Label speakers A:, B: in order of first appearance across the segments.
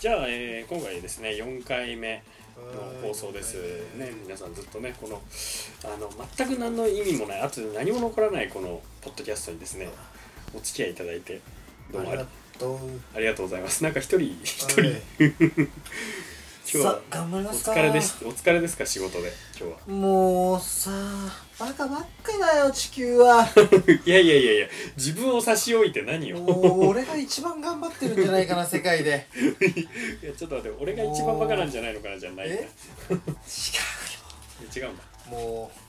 A: じゃあ、えー今回ですね4回目の放送です、ね、皆さんずっとねこのあの全く何の意味もないあと何も残らないこのポッドキャストにですねお付き合いいただいてどうも
B: あ
A: あ
B: り
A: り
B: がとう
A: ありがとうございますなんか一人一人今日
B: さ
A: は
B: あ頑張り
A: お
B: ますか
A: 疲れですお疲れですか仕事で今 日は
B: もうさバカばっかだよ地球は
A: いやいやいやいや自分を差し置いて何
B: も
A: を
B: う俺が一番頑張ってるんじゃないかな世界で
A: いやちょっと待って俺が一番バカなんじゃないのかなじゃないな
B: え
A: 違うんだ
B: 違うよもう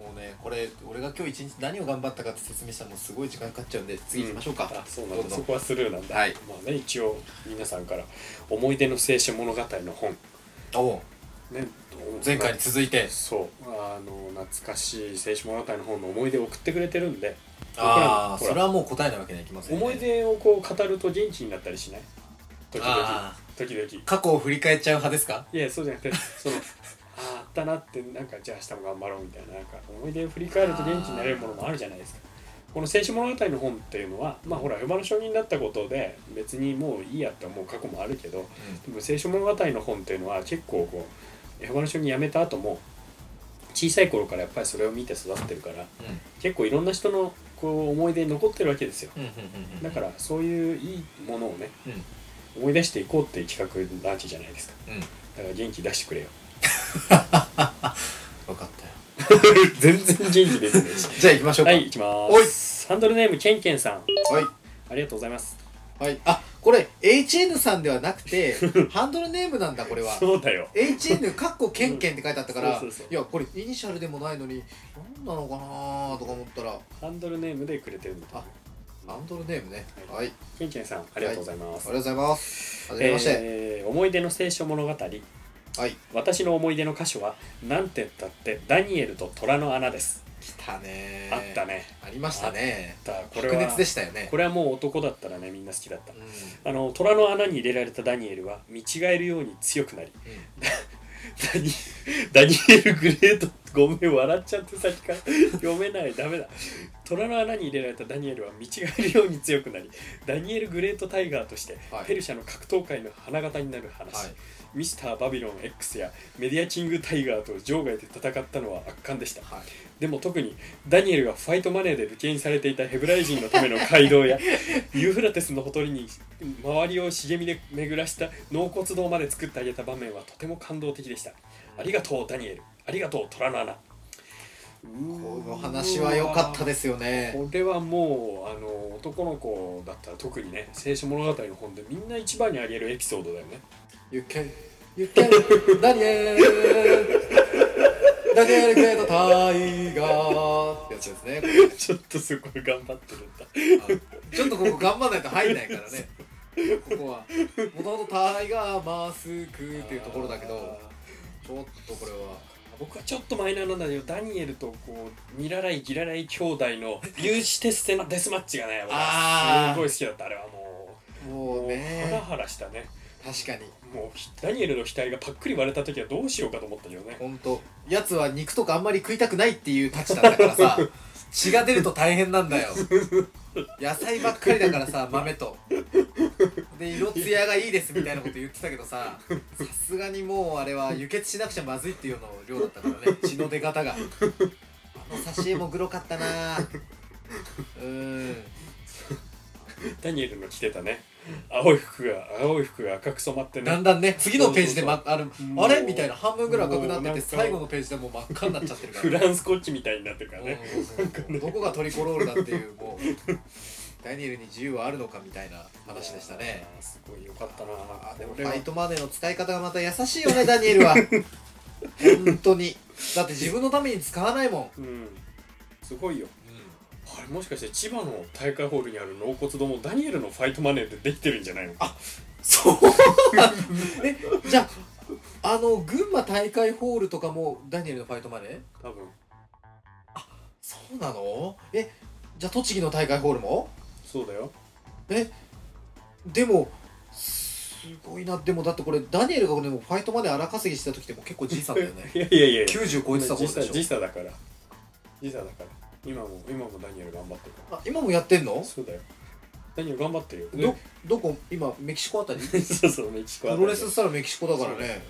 B: もうねこれ俺が今日一日何を頑張ったかって説明したらもうすごい時間かかっちゃうんで次行きましょうか、
A: あそうなん
B: ど
A: だ
B: んど
A: そ
B: ん
A: こはスルーなんだ、
B: はい
A: まあね一応皆さんから「思い出の青春物語」の本
B: おう
A: ね
B: 前回に続いて
A: そうあの懐かしい青春物語の本の思い出を送ってくれてるんで
B: ああ
A: 僕ら
B: それはもう答えなわけにはいきませんね
A: 思い出をこう語ると元気になったりしない時々
B: あ
A: 時々
B: 過去を振り返っちゃう派ですか
A: いやそうじゃなくてその あーあったなってなんかじゃあ明日も頑張ろうみたいななんか思い出を振り返ると元気になれるものもあるじゃないですかこの「青春物語」の本っていうのはまあほら馬の将棋になったことで別にもういいやって思う過去もあるけどでも「青春物語」の本っていうのは結構こう馬の将棋辞めた後も小さい頃からやっぱりそれを見て育ってるから
B: うんうん
A: 結構いろんな人のこう思い出に残ってるわけですよ
B: うんうんうん
A: だからそういういいものをね
B: うん
A: 思い出していこうっていう企画なわけじゃないですか
B: うん
A: だから元気出してくれ よ
B: 分かったよ
A: 全然元気出てないし
B: じゃあ行きましょう か
A: はい行きますハンドルネームケンケンさん
B: はい
A: ありがとうございます
B: はい、あこれ HN さんではなくてハンドルネームなんだこれは
A: そうだよ
B: HN かっこケンケンって書いてあったから
A: そうそうそう
B: いやこれイニシャルでもないのに何なのかなーとか思ったら
A: ハンドルネームでくれてるんだ
B: あハンドルネームねはい、あり
A: ケンケンさんありがとうございます、
B: がとうございますはじめまして、
A: えー思い出の聖書物語
B: はい
A: 私の思い出の箇所はなんて言ったってダニエルと虎の穴です、
B: 来たね
A: あったね
B: ありましたね
A: だこれ
B: 白
A: は
B: 熱でしたよね
A: これはもう男だったらねみんな好きだった
B: うん
A: あの虎の穴に入れられたダニエルは見違えるように強くなり
B: うん
A: ダニ ダニエル・グレートごめん笑っちゃって先から 読めないダメだ虎の穴に入れられたダニエルは見違えるように強くなりダニエル・グレート・タイガーとして
B: はい
A: ペルシャの格闘界の花形になる話、
B: はい
A: ミスター・バビロン X やメディア・キング・タイガーと場外で戦ったのは圧巻でした
B: はい
A: でも特にダニエルがファイトマネーで武家にされていたヘブライ人のための街道 やユーフラテスのほとりに周りを茂みで巡らした納骨堂まで作ってあげた場面はとても感動的でしたありがとうダニエルありがとう虎の穴
B: この話は良かったですすよね
A: これはもうあの男の子だったら特にね聖書物語の本でみんな一番にあげるエピソードだよね
B: You can You can ダニエルダニエルグレートタイガーってやつですねこれ
A: ちょっとすごい頑張ってるんだ
B: ちょっとここ頑張んないと入んないからね。ここは。もともとタイガーマスクっていうところだけど、ちょっとこれは。
A: 僕はちょっとマイナーなんだけどダニエルとこうニラライギラライ兄弟の有刺鉄線のデスマッチがね僕は
B: あー
A: すごい好きだったあれはもう
B: もう
A: もうハラ
B: ね、
A: ハラしたね
B: 確かに。
A: もうひダニエルの額がパックリ割れた時はどうしようかと思ったけどね
B: ほんと、やつは肉とかあんまり食いたくないっていう立ちなんだか らさ、血が出ると大変なんだよ。野菜ばっかりだか らさ、豆と。で、色艶がいいですみたいなこと言ってたけどさ、さすがにもうあれは輸血しなくちゃまずいっていうような量だったからね、血の出方が。あの挿絵もグロかったなぁ。うーん。
A: ダニエルの着てたね青い服が青い服が赤く染まって
B: だ
A: ね
B: んだんね、次のページで、ま、ある
A: う
B: あれみたいな、半分ぐらい赤くなっ
A: もう
B: て
A: な
B: て、
A: んか
B: 最後のページでもう真っ赤になっちゃってるから
A: フ
B: ね、
A: ランス国旗みたいになってるからね
B: うんそうそうそうどこがトリコロールだっていうもうダニエルに自由はあるのかみたいな話でしたね
A: あーすごいよかったな
B: あ
A: あ
B: でもフ
A: 俺は
B: ァイトマネーの使い方がまた優しいよねダニエルは本当にだって自分のために使わないもん、
A: うんすごいよあれもしかして千葉の大会ホールにある納骨堂もダニエルのファイトマネーでできてるんじゃないのか
B: そう えじゃああの群馬大会ホールとかもダニエルのファイトマネー
A: 多分
B: そうなのえじゃあ栃木の大会ホールも
A: そうだよ
B: でもすごいなでもだってこれダニエルがこれもうファイトまで荒稼ぎしてた時ってもう結構じいさんだよね
A: いやいやいや
B: 90超えてたことでしょ
A: 時差だから時差だから今も今もダニエル頑張ってるか
B: あ今もやってんの
A: らそうだよ何を頑張ってるよで
B: どどこ今メキシコあたり
A: そうそうメキシ
B: プ
A: コあたり
B: ロレスしたらメキシコだからね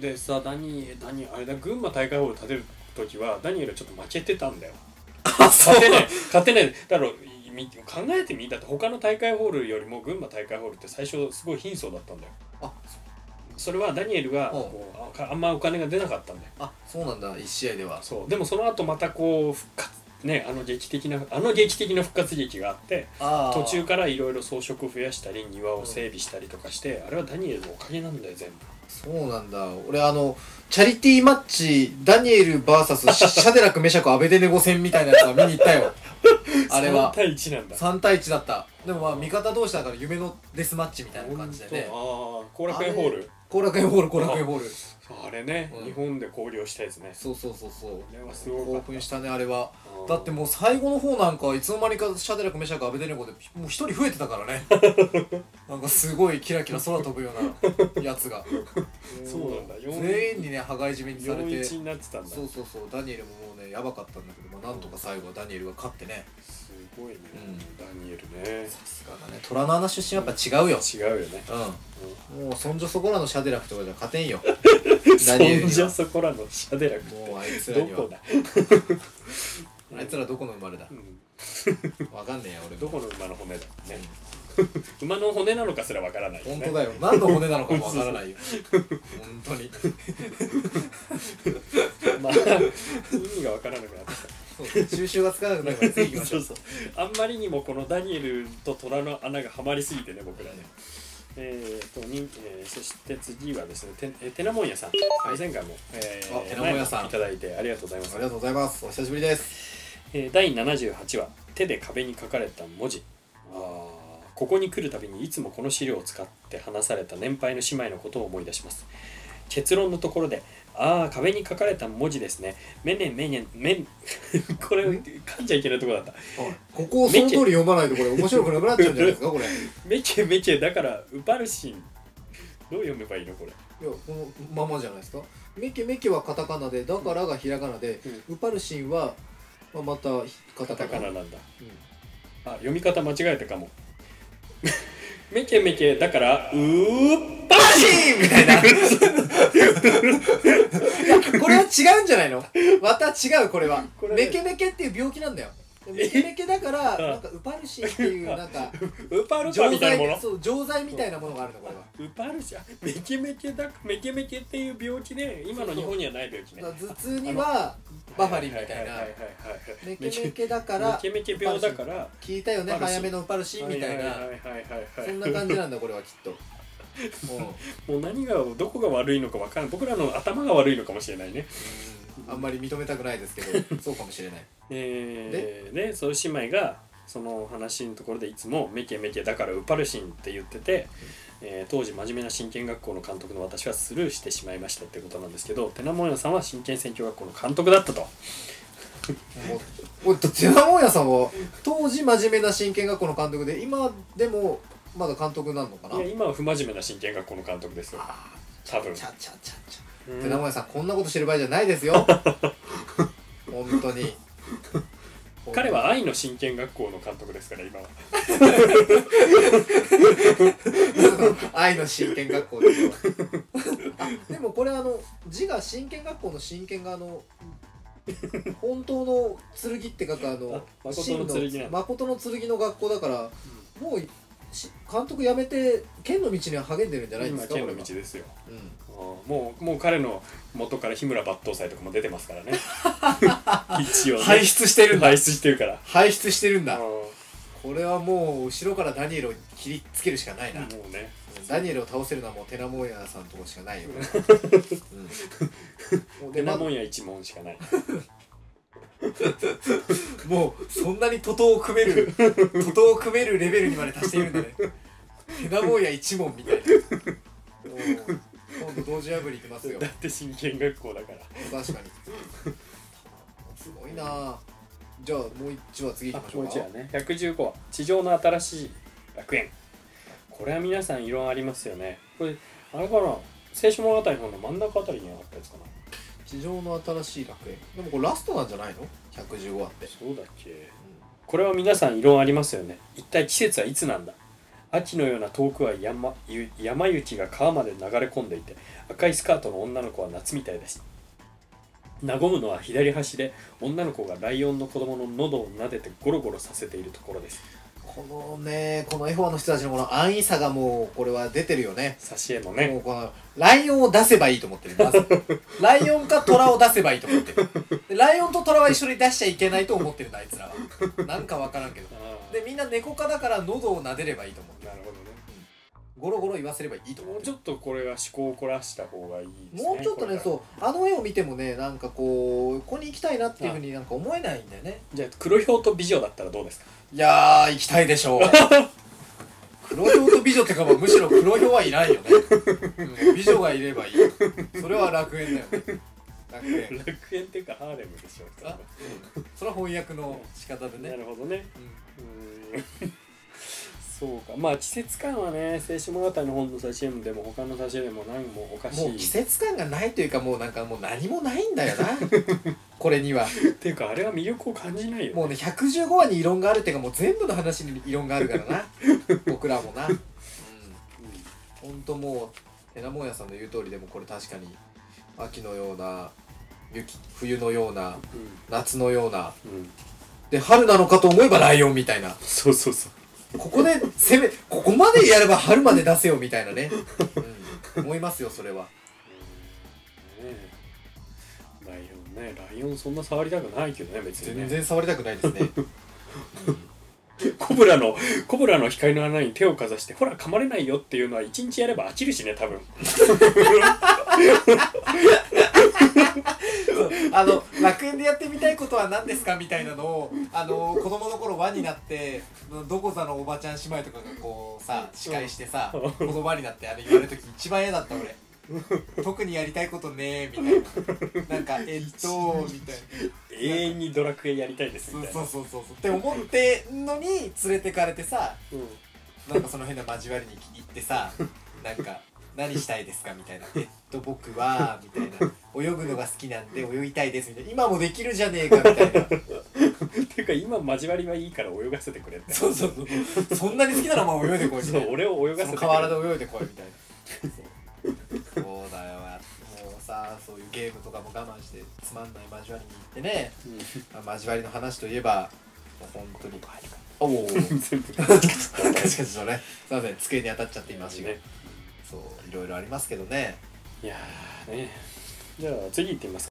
A: でさダニエダニエあれだ群馬大会ホール立てる時はダニエルちょっと負けてたんだよ
B: あ
A: 勝て ない勝てないだろみ考えてみだって他の大会ホールよりも群馬大会ホールって最初すごい貧相だったんだよ
B: あ
A: それはダニエルが
B: うん
A: こうあかあんまお金が出なかったんだよ
B: あそうなんだ1試合では
A: そうでもその後またこう復活ねあの劇的なあの劇的な復活劇があって
B: あー
A: 途中からいろいろ装飾増やしたり庭を整備したりとかして、あれはダニエルのおかげなんだよ全部
B: そうなんだ俺あのチャリティーマッチダニエル VS シシャデ ラクメシャクアベデネゴ戦みたいなやつは見に行った よあれは
A: 3対1なんだ
B: 3対1だったでもまあ味方同士だから夢のデスマッチみたいな感じでね
A: 本当ああ後楽園ホール
B: 後楽園ホール後楽園ホール
A: あれね、
B: うん
A: 日本で交流したやつね
B: そうそうそうそう
A: あれはすごか
B: 興
A: った
B: 奮したねあれは
A: うん
B: だってもう最後の方なんかいつの間にかシャデラクメシャクアベデネゴでもう一人増えてたか らねなんかすごいキラキラ空飛ぶようなやつが
A: そうなんだ四
B: 全員にね羽交い締めにされて
A: 41になってたんだ
B: そうそうそうダニエルももうねやばかったんだけど、まあ、なんとか最後はダニエルが勝ってね
A: すごいね、
B: うん
A: ダニエルね
B: さすがだね虎の穴出身はやっぱ違うよ
A: 違うよね
B: うん、もうそんじょそこらのシャデラフとかじゃ勝て んよ
A: そ
B: ダニエル
A: ん
B: に
A: じゃ
B: は
A: そこらのシャデラク
B: もうあいつら
A: ど
B: には
A: こだ、
B: あいつらどこの生まれだ
A: うん
B: わかんねえや俺
A: ど
B: も
A: この馬の骨だね馬の骨なのかすらわからない、ね、
B: 本当だよ何の骨なのかもわからないよ本当に
A: まあ、意味がわからなく なって
B: そう収集がつかなくなるから次行き
A: きた
B: ましょ
A: そううそうあんまりにもこのダニエルと虎の穴がはまりすぎてね僕らねえーとにえーそして次はですねてえーてなもんやさん、
B: はい
A: 前回も、え
B: あてなもんやさ
A: 前
B: ん
A: もいただいてありがとうございま
B: あ
A: す
B: りがとうございますお久しぶりです
A: えー第78話「手で壁に書かれた文字」あーここに来るたびにいつもこの資料を使って話された年配の姉妹のことを思い出します結論のところで「ああ壁に書かれた文字ですね」「めねめねめん」 これ噛んじゃいけないとこだった
B: ここをその通り読まないとこれ面白くなくなっちゃうんじゃないですかこれいや
A: 「めけめけ」だから「ウパルシン」どう読めばいいのこれ
B: このままじゃないですかメキメキはカタカナでだからがひらがなで、ウパルシンは、まあ、またカタ
A: カ
B: カ
A: タ
B: ナ
A: カナなんだ
B: うん
A: あ読み方間違えたかも めけめけだから「うーっぱ
B: パシーンみたいな。これは違うんじゃないのまた違うこれは
A: これ
B: メケメケっていう病気なんだよメケメケだからなんかウパルシンっていうなん か
A: ウパルパ」
B: 錠
A: みたいな
B: 剤
A: もの
B: そう錠剤みたいなものがあるのこれは
A: ウパルシャメキメキだメキメキっていう病気で今の日本にはない病気ね
B: だから頭痛にはバファリンみたい
A: は
B: な
A: ははは
B: メケメケだから
A: メキメキ病だから
B: 聞いたよね
A: ウパルシン
B: 早めのウパルシンみたい
A: はははいは
B: な
A: いはい
B: そんな感じなんだこれはきっとうん
A: もう何がどこが悪いのかわからん僕らの頭が悪いのかもしれないね
B: あんまり認めたくないですけどそうかもしれない
A: えー、でその姉妹がその話のところでいつも「メケメケだからウパルシン」って言ってて、えー当時真面目な真剣学校の監督の私はスルーしてしまいましたってことなんですけどてなもんやさんは真剣選挙学校の監督だったと。
B: おおっとジェナモンヤさんは当時真面目な真剣学校の監督で今でもまだ監督なんのかない
A: や今は不真面目な真剣学校の監督ですよ多分
B: ちゃちゃちゃちゃ
A: うん
B: ジェナモンヤさんこんなことしてる場合じゃないで すよ本当に
A: 彼は愛の真剣学校の監督ですから今は
B: 愛の真剣学校であでもこれあの字が真剣学校の真剣があの本当の剣って書くあの
A: あ誠の剣なんだ
B: 真の誠の剣の学校だから、もうし監督辞めて剣の道には励んでるんじゃないで
A: 今
B: すか
A: 剣の
B: こ
A: 道
B: れは
A: ですよ
B: うん
A: あーもうもう彼の元から日村抜刀斎とかも出てます からね一応ね
B: 輩出してるん だ
A: 排出してるから
B: 排出してるん
A: あー
B: だ
A: も
B: これはもう後ろからダニエルを切りつけるしかないな、
A: うね
B: ダニエルを倒せるのはもうテナモーヤさんとこしかないよ、うん、も う
A: で
B: で
A: な
B: ま
A: もんや一問しかない
B: もうそんなに徒党を組め る徒党を組めるレベルにまで達しているんだねテナモーヤ一問みたいなもう今度同時破りいきますよ
A: だって真剣学校だから
B: 確かにすごいなあじゃあもう一話次行きましょうか
A: ね115話地上の新しい楽園これは皆さん異論ありますよねこれあれかな青春物語の方の真ん中あたりにあったやつかな
B: 地上の新しい楽園でもこれラストなんじゃないの115話って
A: そうだっけ
B: う
A: これは皆さん異論ありますよね一体季節はいつなんだ秋のような遠くは山ゆ山雪が川まで流れ込んでいて赤いスカートの女の子は夏みたいです和むのは左端で女の子がライオンの子供の喉を撫でてゴロゴロさせているところです
B: このねこの F1 の人たちのこの安易さがもうこれは出てるよね
A: 挿絵の
B: も
A: ね
B: うこのライオンを出せばいいと思ってる まずライオンかトラを出せばいいと思ってるでライオンとトラは一緒に出しちゃいけないと思ってるんだあいつらはなんかわからんけど
A: あー
B: でみんな猫科だから喉を撫でればいいと思う
A: なるほどね
B: ゴロゴロ言わせればいいと思
A: も
B: う
A: うちょっとこれは思考を凝らした方がいいですね
B: もうちょっとね
A: う
B: そうあの絵を見てもねなんかこうここに行きたいなっていうふうになんか思えないんだよね
A: じゃあ黒ひょうと美女だったらどうですか
B: いやー行きたいで しょう黒ひょうと美女ってかまあむしろ黒ひょうはいないよね、うん美女がいればいいそれは楽園だよね楽園
A: 楽園っていうかハーレムでしょう
B: あ
A: か、
B: うん、それは翻訳の仕方で
A: な
B: ね、
A: るほどね
B: う
A: うーんそうかまあ季節感はね「青春物語」の本の挿絵でも他の挿絵でも何もおか
B: ん
A: しい
B: もう季節感がないというかもうなんかもう何もないんだよな これには
A: っていうかあれは魅力を感じないよね
B: もうね115話に異論があるっていうかもう全部の話に異論があるからな僕らもなうんほんともう寺門屋さんの言う通りでもこれ確かに秋のような雪冬のような
A: う、
B: 夏のようなん
A: うんうん、
B: で春なのかと思えばライオンみたいな
A: そうそうそう
B: ここで攻めここまでやれば春まで出せよみたいなね、うん、思いますよそれは
A: うんねえライオンねライオンそんな触りたくないけどね別にね
B: 全然触りたくないですね、
A: コブラのコブラの光の穴に手をかざしてほら噛まれないよっていうのは一日やれば飽きるしね多分
B: あの楽園でやってみたいことは何ですかみたいなのをあの子供の頃輪になってどこざのおばちゃん姉妹とかがこうさ司会してさ子供輪になってあれ言われる時一番嫌だった俺特にやりたいことねえみたいななんかえっとみたいな
A: 永遠にドラクエやりたいです
B: そ
A: み
B: う
A: たい
B: そ
A: な
B: うそうそうって思ってんのに連れてかれてさ
A: うん
B: なんかその変な交わりに行ってさ なんか何したいですかみたい な「えっと僕は」みたいな「泳ぐのが好きなんで泳ぎたいです」みたいな「今もできるじゃねえか」みたいな
A: っていうか今交わりはいいから泳がせてくれって
B: そうそうそうそんなに好きならまあ泳いでこいみた
A: そ
B: いうな
A: 俺を泳が
B: そ
A: せ
B: の
A: て
B: 河原で泳いでこいみたいなそうだよもうさそういうゲームとかも我慢してつまんない交わりに行ってね、まあ、交わりの話といえばもう本当にお
A: うん
B: お 確
A: 全部
B: かにそうねすいません机に当たっちゃって今足が
A: ね
B: そういろいろありますけどね
A: いやーねじゃあ次行ってみますか